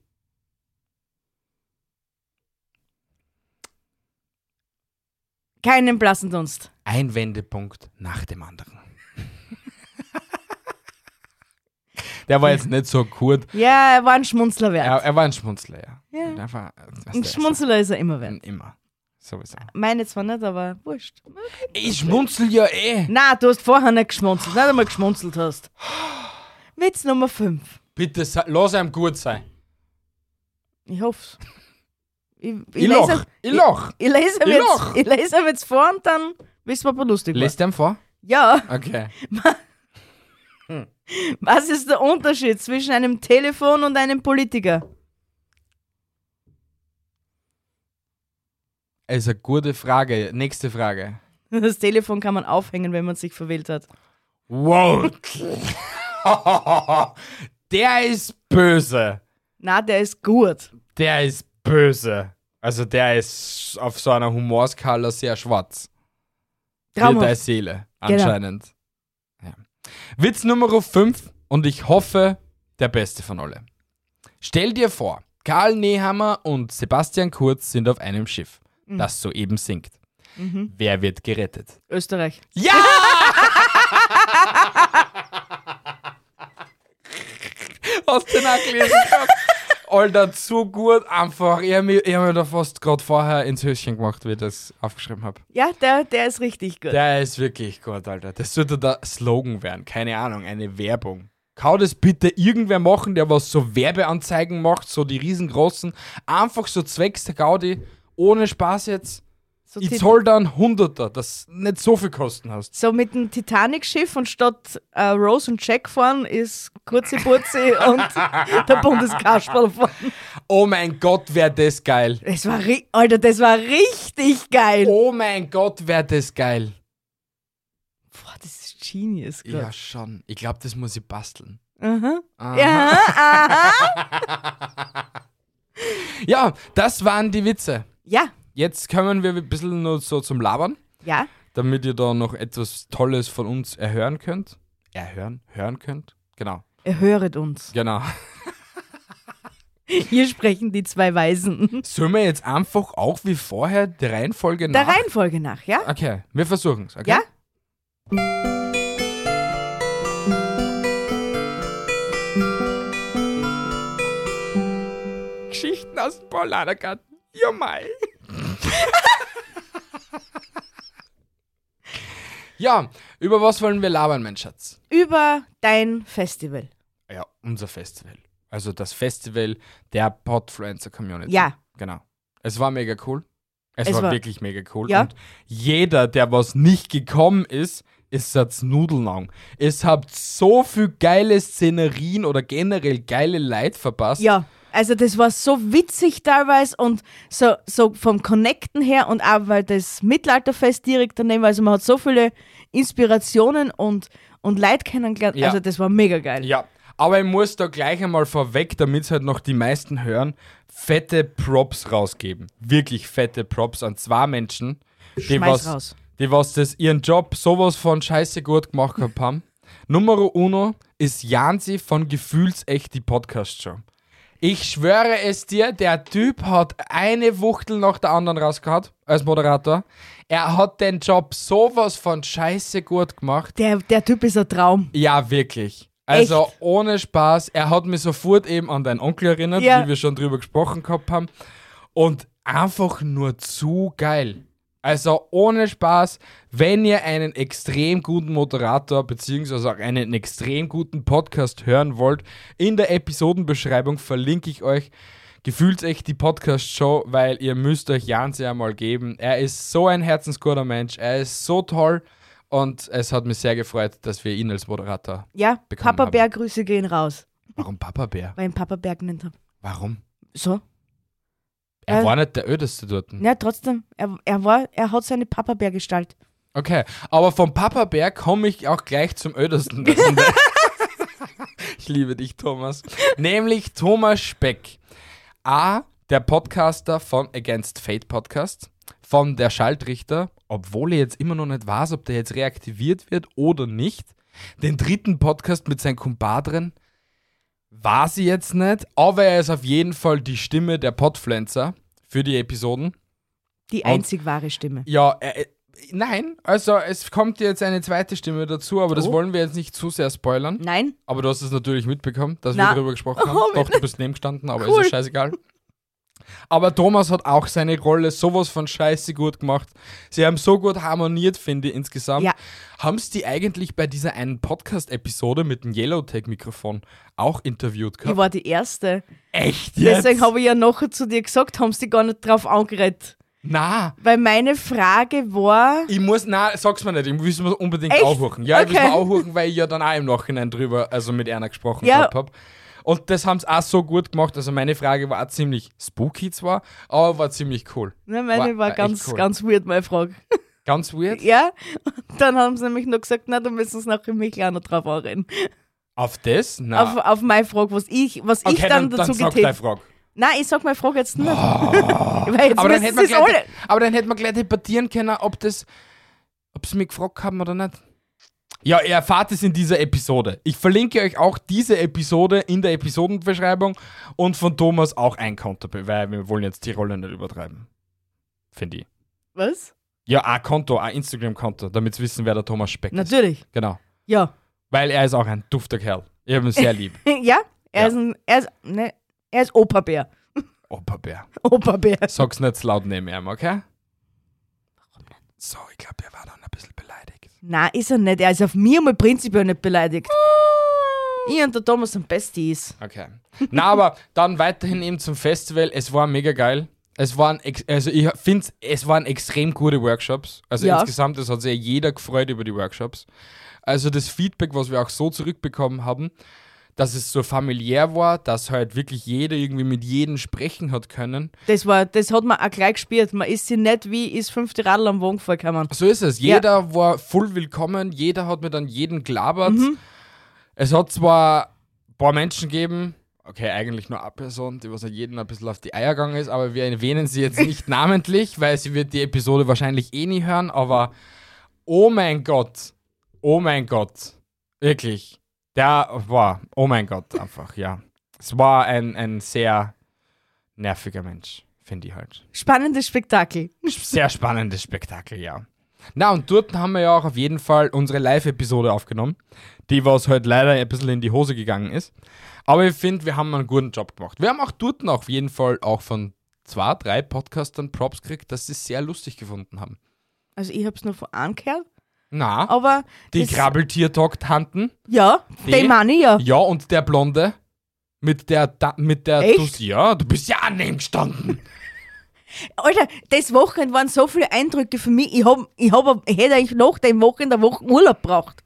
B: Keinen blassen Dunst.
A: Ein Wendepunkt nach dem anderen. Der war jetzt nicht so gut.
B: Ja, er war ein Schmunzler wert.
A: Er, er war ein Schmunzler, ja.
B: Ja.
A: Und er war- was
B: ein
A: der ist.
B: Schmunzler ist er immer wert.
A: Immer. Sowieso.
B: Meine zwar nicht, aber wurscht.
A: Ich schmunzel ja eh.
B: Na, du hast vorher nicht geschmunzelt, nicht einmal geschmunzelt hast. Witz Nummer 5.
A: Bitte, sa- lass einem gut sein.
B: Ich hoff's. Ich, ich,
A: Ich loch.
B: lese,
A: Ich loch.
B: ich, lese ihm
A: Ich
B: jetzt,
A: lach.
B: ich lese ihm jetzt vor und dann wissen wir, ob er lustig war.
A: Lest dem vor?
B: Ja,
A: Okay.
B: was ist der Unterschied zwischen einem Telefon und einem Politiker?
A: Das ist eine Also, gute Frage. Nächste Frage.
B: Das Telefon kann man aufhängen, wenn man sich verwählt hat.
A: Wow. Der ist böse.
B: Na, der ist gut.
A: Der ist böse. Also der ist auf so einer Humorskala sehr schwarz. Wie deine
B: Traumhaft.
A: Seele,
B: Genau.
A: anscheinend. Ja. Witz Nummer 5 und ich hoffe, der beste von alle. Stell dir vor, Karl Nehammer und Sebastian Kurz sind auf einem Schiff, das soeben sinkt.
B: Mhm.
A: Wer wird gerettet?
B: Österreich.
A: Ja! Hast du den auch gelesen? gehabt? Alter, zu gut einfach. Ich habe mich, ich hab mich da fast gerade vorher ins Höschen gemacht, wie ich das aufgeschrieben habe.
B: Ja, der, der ist richtig gut.
A: Der ist wirklich gut, Alter. Das sollte der Slogan werden. Keine Ahnung, eine Werbung. Kann das bitte irgendwer machen, der was so Werbeanzeigen macht, so die riesengroßen, einfach so zwecks der Gaudi, ohne Spaß jetzt.
B: so,
A: Ich
B: Tit-
A: zoll da einen Hunderter, das nicht so viel kosten hast.
B: so mit dem Titanic-Schiff und statt äh, Rose und Jack fahren ist Kurzi Burzi und der Bundeskarspel fahren.
A: Oh mein Gott, wäre das geil.
B: Das war, ri- Alter, das war richtig geil.
A: Oh mein Gott, wäre das geil.
B: Boah, das ist genius.
A: Ja,
B: Ja.
A: schon. Ich glaube, das muss ich basteln.
B: Aha.
A: Ah.
B: Ja, aha.
A: Ja, das waren die Witze.
B: ja,
A: Jetzt kommen wir ein bisschen nur so zum Labern,
B: ja.
A: damit ihr da noch etwas Tolles von uns erhören könnt. Erhören? Hören könnt? Genau.
B: Er höret uns.
A: Genau.
B: Hier sprechen die zwei Weisen.
A: Sollen wir jetzt einfach auch wie vorher die Reihenfolge
B: Der
A: nach...
B: Reihenfolge nach, ja?
A: Okay, wir versuchen es, okay?
B: Ja?
A: Geschichten aus dem Paulanergarten. Ja, mei. ja, über was wollen wir labern, mein Schatz?
B: Über dein Festival.
A: Ja, unser Festival. Also das Festival der Podfluencer Community.
B: Ja.
A: Genau. Es war mega cool. Es,
B: Es
A: war,
B: war-
A: wirklich mega cool.
B: Ja.
A: Und jeder, der was nicht gekommen ist, ihr seid nudellang. Es habt so viel geile Szenerien oder generell geile Leid verpasst.
B: Ja, also das war so witzig teilweise und so, so vom Connecten her und auch weil das Mittelalterfest direkt daneben war. Also man hat so viele Inspirationen und, und Leute kennengelernt.
A: Ja.
B: Also das war mega geil.
A: Ja, aber ich muss da gleich einmal vorweg, damit es halt noch die meisten hören, fette Props rausgeben. Wirklich fette Props an zwei Menschen, die was,
B: Schmeiß raus.
A: die was das ihren Job sowas von scheiße gut gemacht gehabt haben. Nummer uno ist Jansi von Gefühlsecht die Podcast-Show. Ich schwöre es dir, der Typ hat eine Wuchtel nach der anderen rausgehauen als Moderator. Er hat den Job sowas von scheiße gut gemacht.
B: Der, der Typ ist ein Traum.
A: Ja, wirklich. Also ohne Spaß. Er hat mich sofort eben an deinen Onkel erinnert,
B: Ja.
A: wie wir schon drüber gesprochen gehabt haben. Und einfach nur zu geil. Also ohne Spaß, wenn ihr einen extrem guten Moderator beziehungsweise auch einen extrem guten Podcast hören wollt, in der Episodenbeschreibung verlinke ich euch gefühlt echt die Podcast-Show, weil ihr müsst euch Jansi einmal geben. Er ist so ein herzensguter Mensch, er ist so toll und es hat mich sehr gefreut, dass wir ihn als Moderator.
B: Ja,
A: Bekommen
B: Papa
A: haben.
B: Berg, Grüße gehen raus,
A: Warum Papa Bär?
B: weil ich ihn Papa Berg genannt habe.
A: Warum?
B: So.
A: Er
B: Äh.
A: war nicht der ödeste dort.
B: Ja, trotzdem, er, er, war, er hat seine Papa Berg Gestalt.
A: Okay, aber vom Papa Bär komme ich auch gleich zum ödesten. dessen der- ich liebe dich, Thomas. Nämlich Thomas Speck. A, der Podcaster von Against Fate Podcast, von der Schaltrichter, obwohl ich jetzt immer noch nicht weiß, ob der jetzt reaktiviert wird oder nicht. Den dritten Podcast mit seinen Kumpadren war sie jetzt nicht, aber er ist auf jeden Fall die Stimme der Podpflanzer für die Episoden.
B: Die
A: Und-
B: einzig wahre Stimme.
A: Ja, äh, äh, nein, also es kommt jetzt eine zweite Stimme dazu, aber das
B: Oh.
A: wollen wir jetzt nicht zu sehr spoilern.
B: Nein,
A: Aber du hast es natürlich mitbekommen, dass
B: Na.
A: wir darüber gesprochen haben.
B: Oh,
A: Doch, du bist nebengestanden, aber
B: Cool.
A: ist ja scheißegal. Aber Thomas hat auch seine Rolle sowas von scheiße gut gemacht. Sie haben so gut harmoniert, finde ich, insgesamt.
B: Ja.
A: Haben es die eigentlich bei dieser einen Podcast-Episode mit dem Yellowtech-Mikrofon auch interviewt
B: ich
A: gehabt?
B: war die Erste.
A: Echt jetzt?
B: Deswegen habe ich ja nachher zu dir gesagt, haben sie dich gar nicht drauf angeredet.
A: Na,
B: Weil meine Frage war,
A: Ich muss, nein, sag's mir nicht, ich muss mir unbedingt
B: Echt?
A: aufhören. Ja, ich muss
B: Okay.
A: mir aufhören, weil ich ja dann auch im Nachhinein drüber, also mit einer gesprochen
B: Ja.
A: gehabt habe. Und das haben sie auch so gut gemacht. Also meine Frage war auch ziemlich spooky zwar, aber war ziemlich cool.
B: ne, meine
A: Ah,
B: war,
A: echt
B: ganz,
A: cool.
B: ganz weird, meine Frage.
A: Ganz weird.
B: Ja, und dann haben sie nämlich nur gesagt, na, da müssen sie nachher mich auch noch drauf anreden.
A: Auf das? Nein.
B: Auf, auf meine Frage, was ich, was ich
A: Ah. okay, dann,
B: dann, dazu
A: dann sag
B: getippt
A: deine
B: habe.
A: Frage. Ah.
B: Nein, ich sag meine Frage jetzt nicht. Weil jetzt
A: Aber dann,
B: müssen
A: hätten
B: sie
A: wir
B: es
A: gleich,
B: alle.
A: aber dann hätten wir gleich debattieren können, ob das, ob sie mich gefragt haben oder nicht. Ja, ihr erfahrt es in dieser Episode. Ich verlinke euch auch diese Episode in der Episodenbeschreibung und von Thomas auch ein Konto, weil wir wollen jetzt die Rolle nicht übertreiben. Finde ich.
B: Was?
A: Ja, ein Konto, ein Instagram-Konto, damit sie wissen, wer der Thomas Speck ist.
B: Natürlich.
A: Genau.
B: Ja.
A: Weil er ist auch ein dufter Kerl. Ich habe ihn sehr lieb.
B: ja, er
A: Ja.
B: ist ein, er ist, ne, er ist Opa-Bär.
A: Opa-Bär.
B: Opa-Bär.
A: Sag's nicht zu laut neben ihm, okay? Warum nicht? So, ich glaube, er war dann ein bisschen beleidigt.
B: Nein, ist er nicht. Er ist auf mir mal prinzipiell nicht beleidigt.
A: Ah.
B: Ich und der Thomas sind Besties.
A: Okay. Na, aber dann weiterhin eben zum Festival. Es war mega geil. Es waren, ex- also ich finde, es waren extrem gute Workshops. Also
B: Ja.
A: insgesamt, es hat sich ja jeder gefreut über die Workshops. Also das Feedback, was wir auch so zurückbekommen haben, dass es so familiär war, dass halt wirklich jeder irgendwie mit jedem sprechen hat können.
B: Das, war, das hat man auch gleich gespürt. Man ist sie nicht wie ist fünfte Radl am Wagen vorgekommen.
A: So ist es.
B: Ja.
A: Jeder war voll willkommen, jeder hat mit an jeden gelabert. Es hat zwar ein paar Menschen gegeben, okay, eigentlich nur eine Person, die was an jeden ein bisschen auf die Eier gegangen ist, aber wir erwähnen sie jetzt nicht namentlich, weil sie wird die Episode wahrscheinlich eh nie hören, aber oh mein Gott, oh mein Gott, wirklich, der war, oh mein Gott, einfach, ja. Es war ein, ein sehr nerviger Mensch, finde ich halt
B: Spannendes Spektakel.
A: sehr spannendes Spektakel, ja. Na, und dort haben wir ja auch auf jeden Fall unsere Live-Episode aufgenommen, die was halt leider ein bisschen in die Hose gegangen ist. Aber ich finde, wir haben einen guten Job gemacht. Wir haben auch dort auf jeden Fall auch von zwei, drei Podcastern Props gekriegt, dass sie es sehr lustig gefunden haben.
B: Also ich hab's nur von einem gehört,
A: Na,
B: aber
A: die
B: Oh, das-
A: Krabbeltier-Talk-Tanten,
B: Ja,
A: Die-
B: den meine ich ja.
A: ja, und der Blonde mit der, da, mit der,
B: Echt?
A: Dus- ja, du bist ja an ihm gestanden.
B: Alter, das Wochenende waren so viele Eindrücke für mich. Ich, hab, ich, hab, ich hätte eigentlich nach dem Wochenende eine Woche Urlaub braucht.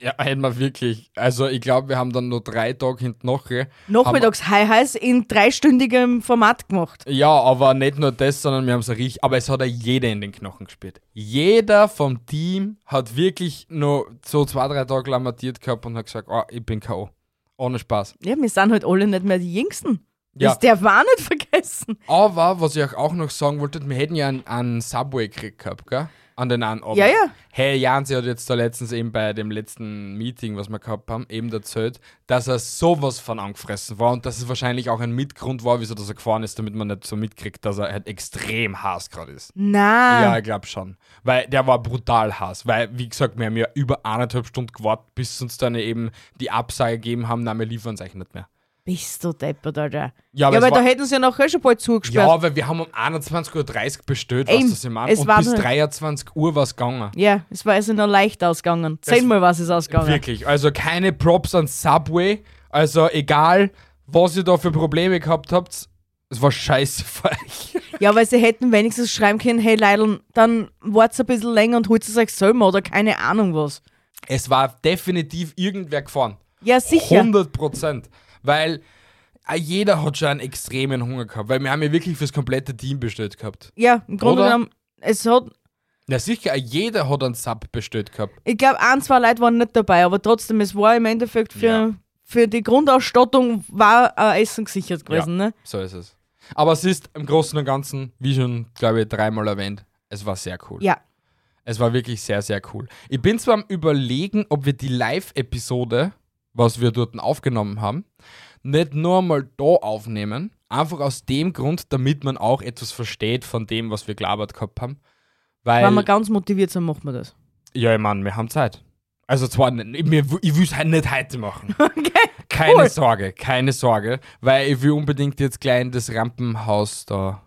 A: Ja, hätten wir wirklich. Also ich glaube, wir haben dann nur drei Tage hinten nachher.
B: Nachmittags High Highs in dreistündigem Format gemacht.
A: Ja, aber nicht nur das, sondern wir haben es richtig. Aber es hat ja jeder in den Knochen gespielt. Jeder vom Team hat wirklich nur so zwei, drei Tage lamentiert gehabt und hat gesagt, oh, ich bin K.O. Ohne Spaß.
B: Ja, wir sind halt alle nicht mehr die Jüngsten.
A: Ja.
B: Das darf man auch nicht vergessen.
A: Aber was ich euch auch noch sagen wollte, wir hätten ja einen, einen Subway-Krieg gehabt, gell? An den einen Abend.
B: Ja, ja.
A: Hey, Jan, sie hat jetzt da letztens eben bei dem letzten Meeting, was wir gehabt haben, eben erzählt, dass er sowas von angefressen war und dass es wahrscheinlich auch ein Mitgrund war, wieso dass er gefahren ist, damit man nicht so mitkriegt, dass er halt extrem Hass gerade ist. Ja,
B: Nein.
A: ich glaube schon. Weil der war brutal Hass. Weil, wie gesagt, wir haben ja über eineinhalb Stunden gewartet, bis uns dann eben die Absage gegeben haben, nein, wir liefern es euch nicht mehr.
B: Bist du deppert, Alter.
A: Ja,
B: Ja,
A: aber
B: aber,
A: es war-
B: da hätten sie ja nachher schon bald zugesperrt.
A: Ja, weil wir haben um 21.30 Uhr bestellt,
B: Eben,
A: was das im
B: es
A: Und
B: war
A: bis
B: nur-
A: 23 Uhr war es gegangen.
B: Ja, es war also noch leicht ausgegangen. Zehnmal war es ausgegangen.
A: Wirklich. Also keine Props an Subway. Also egal, was ihr da für Probleme gehabt habt, es war scheiße für euch.
B: Ja, weil sie hätten wenigstens schreiben können, hey Leidl, dann wart's ein bisschen länger und holt es euch selber oder keine Ahnung was.
A: Es war definitiv irgendwer gefahren.
B: Ja, sicher.
A: 100 Prozent. Weil äh, jeder hat schon einen extremen Hunger gehabt. Weil wir haben ja wirklich fürs komplette Team bestellt gehabt.
B: Ja, im Grunde
A: Oder?
B: genommen, es hat,
A: Na sicher, äh, jeder hat einen Sub bestellt gehabt.
B: ich glaube, ein, zwei Leute waren nicht dabei, aber trotzdem, es war im Endeffekt für,
A: Ja.
B: für die Grundausstattung war ein Essen gesichert gewesen, ne?
A: So ist es. Aber es ist im Großen und Ganzen, wie schon, glaube ich, dreimal erwähnt, es war sehr cool.
B: Ja.
A: Es war wirklich sehr, sehr cool. Ich bin zwar am Überlegen, ob wir die Live-Episode, was wir dort aufgenommen haben, nicht nur mal da aufnehmen. Einfach aus dem Grund, damit man auch etwas versteht von dem, was wir gelabert gehabt haben. Weil,
B: Wenn wir ganz motiviert sind, machen wir das.
A: ja, ich meine, wir haben Zeit. Also zwar, nicht, ich will es nicht heute machen. Keine
B: cool.
A: Sorge, keine Sorge. Weil ich will unbedingt jetzt gleich in das Rampenhaus da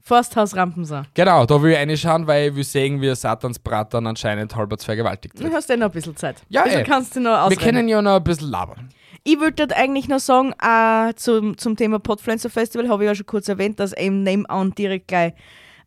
B: Forsthaus Rampensau.
A: Genau, da will ich reinschauen, weil wir sehen, wie Satans Bratan anscheinend halber vergewaltigt
B: Du
A: wird.
B: hast eh noch ein bisschen Zeit.
A: Ja,
B: also
A: eh.
B: kannst du noch
A: Wir
B: ausreden.
A: können ja noch ein bisschen labern.
B: Ich wollte eigentlich noch sagen, äh, zum, zum Thema Podfluencer Festival habe ich ja schon kurz erwähnt, dass eben nebenan direkt gleich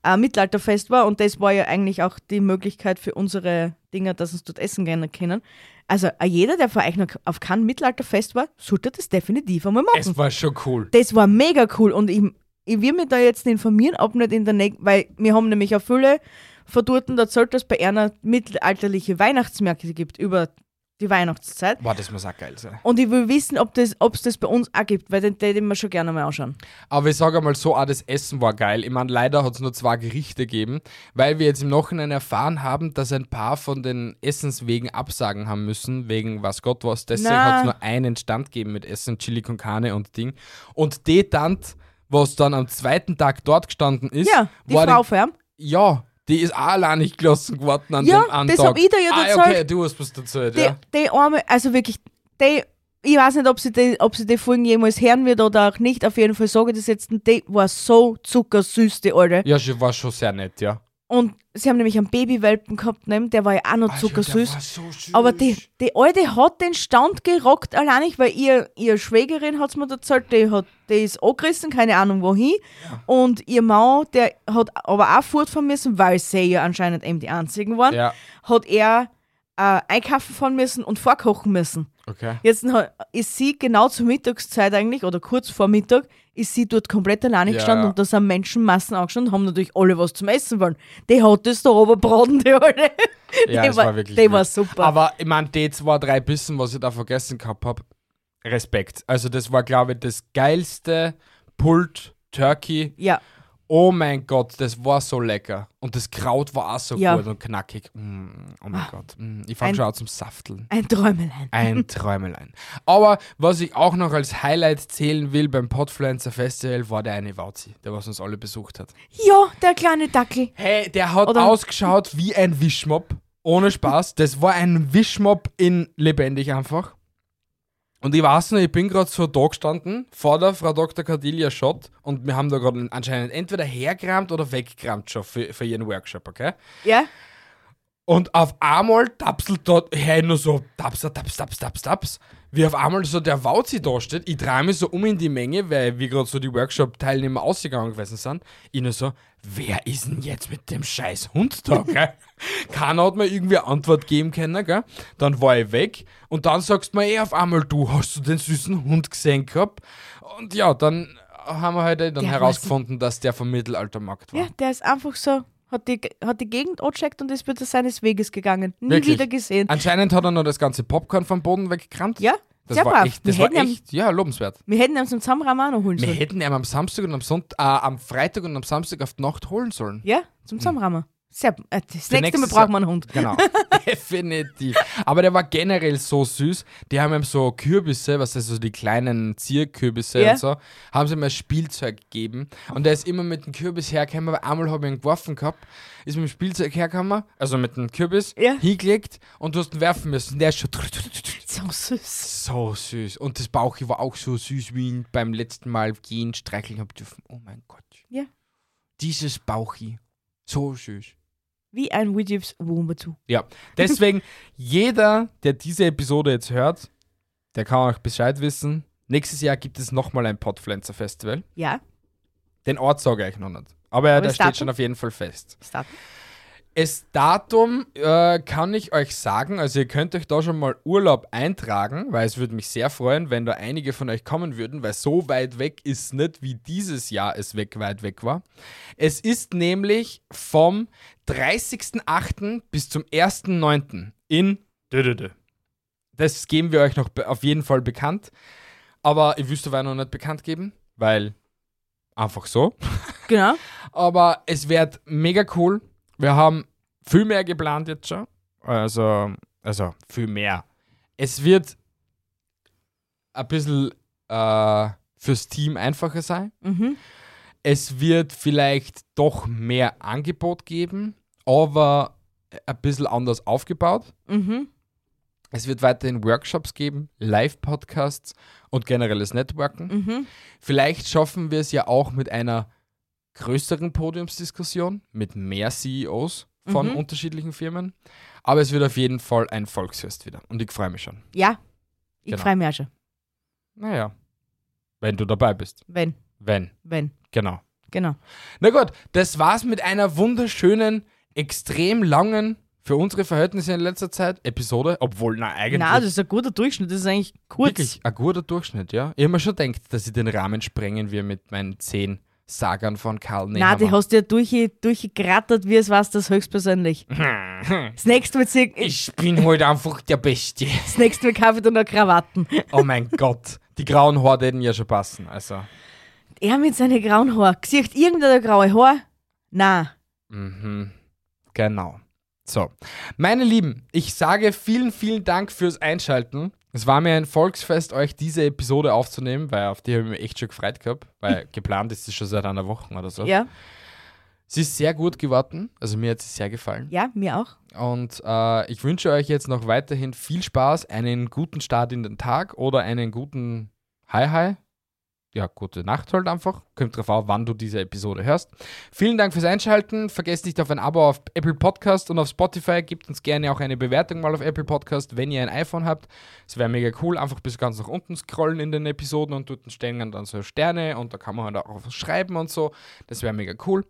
B: äh, Mittelalterfest war und das war ja eigentlich auch die Möglichkeit für unsere Dinger, dass uns dort essen gerne können. Also äh, jeder, der vor euch noch auf kein Mittelalterfest war, sollte das definitiv einmal machen.
A: Es war schon cool.
B: das war mega cool und ich, ich will mich da jetzt informieren, ob nicht in der nächsten, weil wir haben nämlich eine Fülle von dort erzählt, dass es bei einer mittelalterliche Weihnachtsmärkte gibt über die Weihnachtszeit.
A: Boah, das muss auch geil sein.
B: Und ich will wissen, ob es das, ob's das bei uns auch gibt, weil den täte ich mir schon gerne mal anschauen.
A: Aber ich sage einmal so, auch das Essen war geil. Ich meine, leider hat es nur zwei Gerichte gegeben, weil wir jetzt im Nachhinein erfahren haben, dass ein paar von den Essenswegen Absagen haben müssen, wegen was Gott was. Deswegen
B: Na.
A: hat es nur einen Stand gegeben mit Essen, Chili con Carne und Ding. Und die Tant, was dann am zweiten Tag dort gestanden ist,
B: Ja, die
A: war
B: Frau Färm.
A: Ja, die ist auch allein nicht gelassen geworden an
B: Ja,
A: dem einen
B: das
A: Tag.
B: hab ich dir ja
A: ah,
B: erzählt.
A: okay, du hast was erzählt,
B: Die,
A: ja.
B: die arme, also wirklich, die, ich weiß nicht, ob sie, die, ob sie die Folgen jemals hören wird oder auch nicht. Auf jeden Fall sage ich das jetzt, die war so zuckersüß, die Alte.
A: Ja, sie war schon sehr nett, ja.
B: Und sie haben nämlich einen Babywelpen gehabt, neben, der war ja auch noch
A: Alter,
B: zuckersüß.
A: Ah, der war so süß.
B: Aber die, die Alte hat den Stand gerockt, allein nicht, weil ihr, ihr Schwägerin hat es mir erzählt, die, hat, die ist angerissen, keine Ahnung wohin. Und ihr Mann, der hat aber auch fortfahren müssen, weil sie ja anscheinend eben die Einzigen waren,
A: Ja,
B: hat er äh, einkaufen fahren müssen und vorkochen müssen.
A: okay.
B: Jetzt ha- ist sie genau zur Mittagszeit eigentlich, oder kurz vor Mittag, ist sie dort komplett alleine
A: Ja,
B: gestanden
A: ja.
B: und da sind Menschenmassen angestanden und haben natürlich alle was zum Essen wollen. Die hat das da aber braten, die Alte.
A: Ja,
B: die
A: es
B: war-
A: war wirklich
B: die
A: wild.
B: war super.
A: Aber ich meine, die zwei, drei Bissen, was ich da vergessen gehabt habe, Respekt. Also das war, glaube ich, das geilste Pulled Turkey.
B: Ja.
A: Oh mein Gott, das war so lecker. Und das Kraut war auch so
B: Ja. Ah.
A: gut und knackig. Mm, oh mein Gott. Mm, ich fand
B: Ein-
A: schon auch zum Safteln.
B: Ein Träumelein.
A: Ein Träumelein. Aber was ich auch noch als Highlight zählen will beim Podfluencer Festival, war der eine Wauzi, der was uns alle besucht hat.
B: Ja, der kleine Dackel.
A: Hey, der hat
B: Oder-
A: ausgeschaut wie ein Wischmob. Ohne Spaß. Das war ein Wischmob in lebendig einfach. Und ich weiß noch, ich bin gerade so da gestanden, vor der Frau Dr. Cordelia Schott und wir haben da gerade anscheinend entweder hergerammt oder weggerammt schon für, für ihren Workshop, okay?
B: Ja?
A: Und auf einmal tapselt dort, hey, nur so taps, taps, taps, taps, taps. Wie auf einmal so der Wauzi da steht. Ich drehe mich so um in die Menge, weil wir gerade so die Workshop-Teilnehmer ausgegangen gewesen sind. Ich nur so, wer ist denn jetzt mit dem scheiß Hund da, gell? Keiner hat mir irgendwie eine Antwort geben können, gell? Dann war ich weg und dann sagst du mir eh auf einmal, du hast du den süßen Hund gesehen gehabt? Und ja, dann haben wir heute dann
B: Der hat
A: herausgefunden, dass der vom Mittelaltermarkt war.
B: Ja, der ist einfach so, hat die, hat die Gegend angecheckt und ist wieder seines Weges gegangen. Nie
A: Wirklich? Also,
B: wieder gesehen.
A: Anscheinend hat er noch das ganze Popcorn vom Boden weggekramt.
B: ja,
A: das
B: sehr
A: war
B: brav.
A: echt, das
B: wir,
A: war
B: hätten ihn,
A: echt, ja, lobenswert.
B: wir hätten ihn zum Samramano holen
A: Wir
B: sollen.
A: hätten ihn am Samstag und am Sonntag, äh, am Freitag und am Samstag auf die Nacht holen sollen.
B: Ja,
A: Hm.
B: zum Samrama. Sehr, äh, das
A: Für
B: nächste Mal
A: nächstes
B: brauchen wir einen Hund.
A: Genau. Definitiv. Aber der war generell so süß. Die haben ihm so Kürbisse, was heißt so die kleinen Zierkürbisse
B: Ja.
A: und so, haben sie ihm als Spielzeug gegeben. Und der ist immer mit dem Kürbis hergekommen, aber einmal habe ich ihn geworfen gehabt, ist mit dem Spielzeug hergekommen, also mit dem Kürbis,
B: Ja.
A: hingelegt und du hast ihn werfen müssen. Der ist schon
B: So süß.
A: so süß. Und das Bauchi war auch so süß, wie ich ihn beim letzten Mal gehen, streicheln habe dürfen. Oh mein Gott.
B: Ja.
A: Dieses Bauchi. So süß.
B: Wie ein Widgets Wombatu.
A: Ja, deswegen, jeder, der diese Episode jetzt hört, der kann auch Bescheid wissen. Nächstes Jahr gibt es nochmal ein Podpflanzer Festival.
B: Ja,
A: Den Ort sage ich noch nicht. Aber, Aber
B: Aber
A: der
B: das
A: steht
B: Datum?
A: schon auf jeden Fall fest.
B: start.
A: Das Datum äh, kann ich euch sagen, also ihr könnt euch da schon mal Urlaub eintragen, weil es würde mich sehr freuen, wenn da einige von euch kommen würden, weil so weit weg ist nicht, wie dieses Jahr es weg weit weg war. Es ist nämlich vom 30.08. bis zum 1.09. in Dödödö. Das geben wir euch noch be- auf jeden Fall bekannt, aber ich wüsste, weil noch nicht bekannt geben, weil einfach so.
B: Genau.
A: Aber es wird mega cool. Wir haben viel mehr geplant jetzt schon. Also, also viel mehr. Es wird ein bisschen äh, fürs Team einfacher sein.
B: Mhm.
A: Es wird vielleicht doch mehr Angebot geben, aber ein bisschen anders aufgebaut.
B: Mhm.
A: Es wird weiterhin Workshops geben, Live-Podcasts und generelles Networken.
B: Mhm.
A: Vielleicht schaffen wir es ja auch mit einer größeren Podiumsdiskussion, mit mehr CEOs von
B: Mhm.
A: unterschiedlichen Firmen. Aber es wird auf jeden Fall ein Volksfest wieder. Und ich freue mich schon.
B: Ja, ich
A: Genau.
B: freue mich auch schon.
A: Naja. Wenn du dabei bist.
B: Wenn,
A: Wenn.
B: wenn,
A: Genau.
B: genau.
A: Na gut, das war's mit einer wunderschönen, extrem langen, für unsere Verhältnisse in letzter Zeit, Episode. Obwohl, na, eigentlich.
B: Na, das ist ein guter Durchschnitt, das ist eigentlich kurz.
A: Wirklich, ein guter Durchschnitt, ja. Ich habe mir schon gedacht, dass ich den Rahmen sprengen wir mit meinen zehn Sagern von Karl
B: Na, die
A: Nehammer.
B: hast du ja durchge- durchgerattert, wie es war, das höchstpersönlich. Das nächste Mal, zieh,
A: Ich bin heute einfach der Beste.
B: das nächste Mal kaufe ich dann noch Krawatten.
A: Oh mein Gott. Die grauen Haare hätten ja schon passen. Also,
B: Er mit seinen grauen Haaren. Sieht irgendwer der graue Haar? Na,
A: mhm. genau. So. Meine Lieben, ich sage vielen, vielen Dank fürs Einschalten. Es war mir ein Volksfest, euch diese Episode aufzunehmen, weil auf die habe ich mich echt schon gefreut gehabt, weil geplant ist es schon seit einer Woche oder so.
B: ja,
A: Es ist sehr gut geworden, also mir hat es sehr gefallen.
B: ja, mir auch.
A: Und äh, ich wünsche euch jetzt noch weiterhin viel Spaß, einen guten Start in den Tag oder einen guten Hi-Hi. Ja, gute Nacht halt einfach. Kommt drauf an, wann du diese Episode hörst. Vielen Dank fürs Einschalten. Vergesst nicht auf ein Abo auf Apple Podcast und auf Spotify. Gebt uns gerne auch eine Bewertung mal auf Apple Podcast, wenn ihr ein iPhone habt. Es wäre mega cool. Einfach bis ganz nach unten scrollen in den Episoden und dort stehen dann so Sterne und da kann man halt auch was schreiben und so. Das wäre mega cool.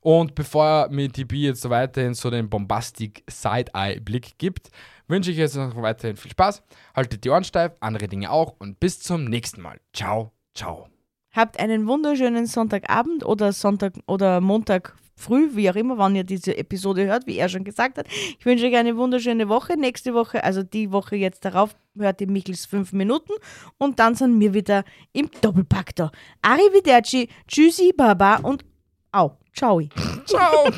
A: Und bevor mir die B jetzt weiterhin so den bombastic Side-Eye-Blick gibt, wünsche ich jetzt noch weiterhin viel Spaß. Haltet die Ohren steif, andere Dinge auch und bis zum nächsten Mal. Ciao, ciao.
B: Habt einen wunderschönen Sonntagabend oder Sonntag oder Montag früh, wie auch immer, wann ihr diese Episode hört, wie er schon gesagt hat. Ich wünsche euch eine wunderschöne Woche. Nächste Woche, also die Woche jetzt darauf, hört ihr Michels fünf Minuten und dann sind wir wieder im Doppelpack da. Arrivederci, tschüssi, baba und au, ciao.
A: Ciao.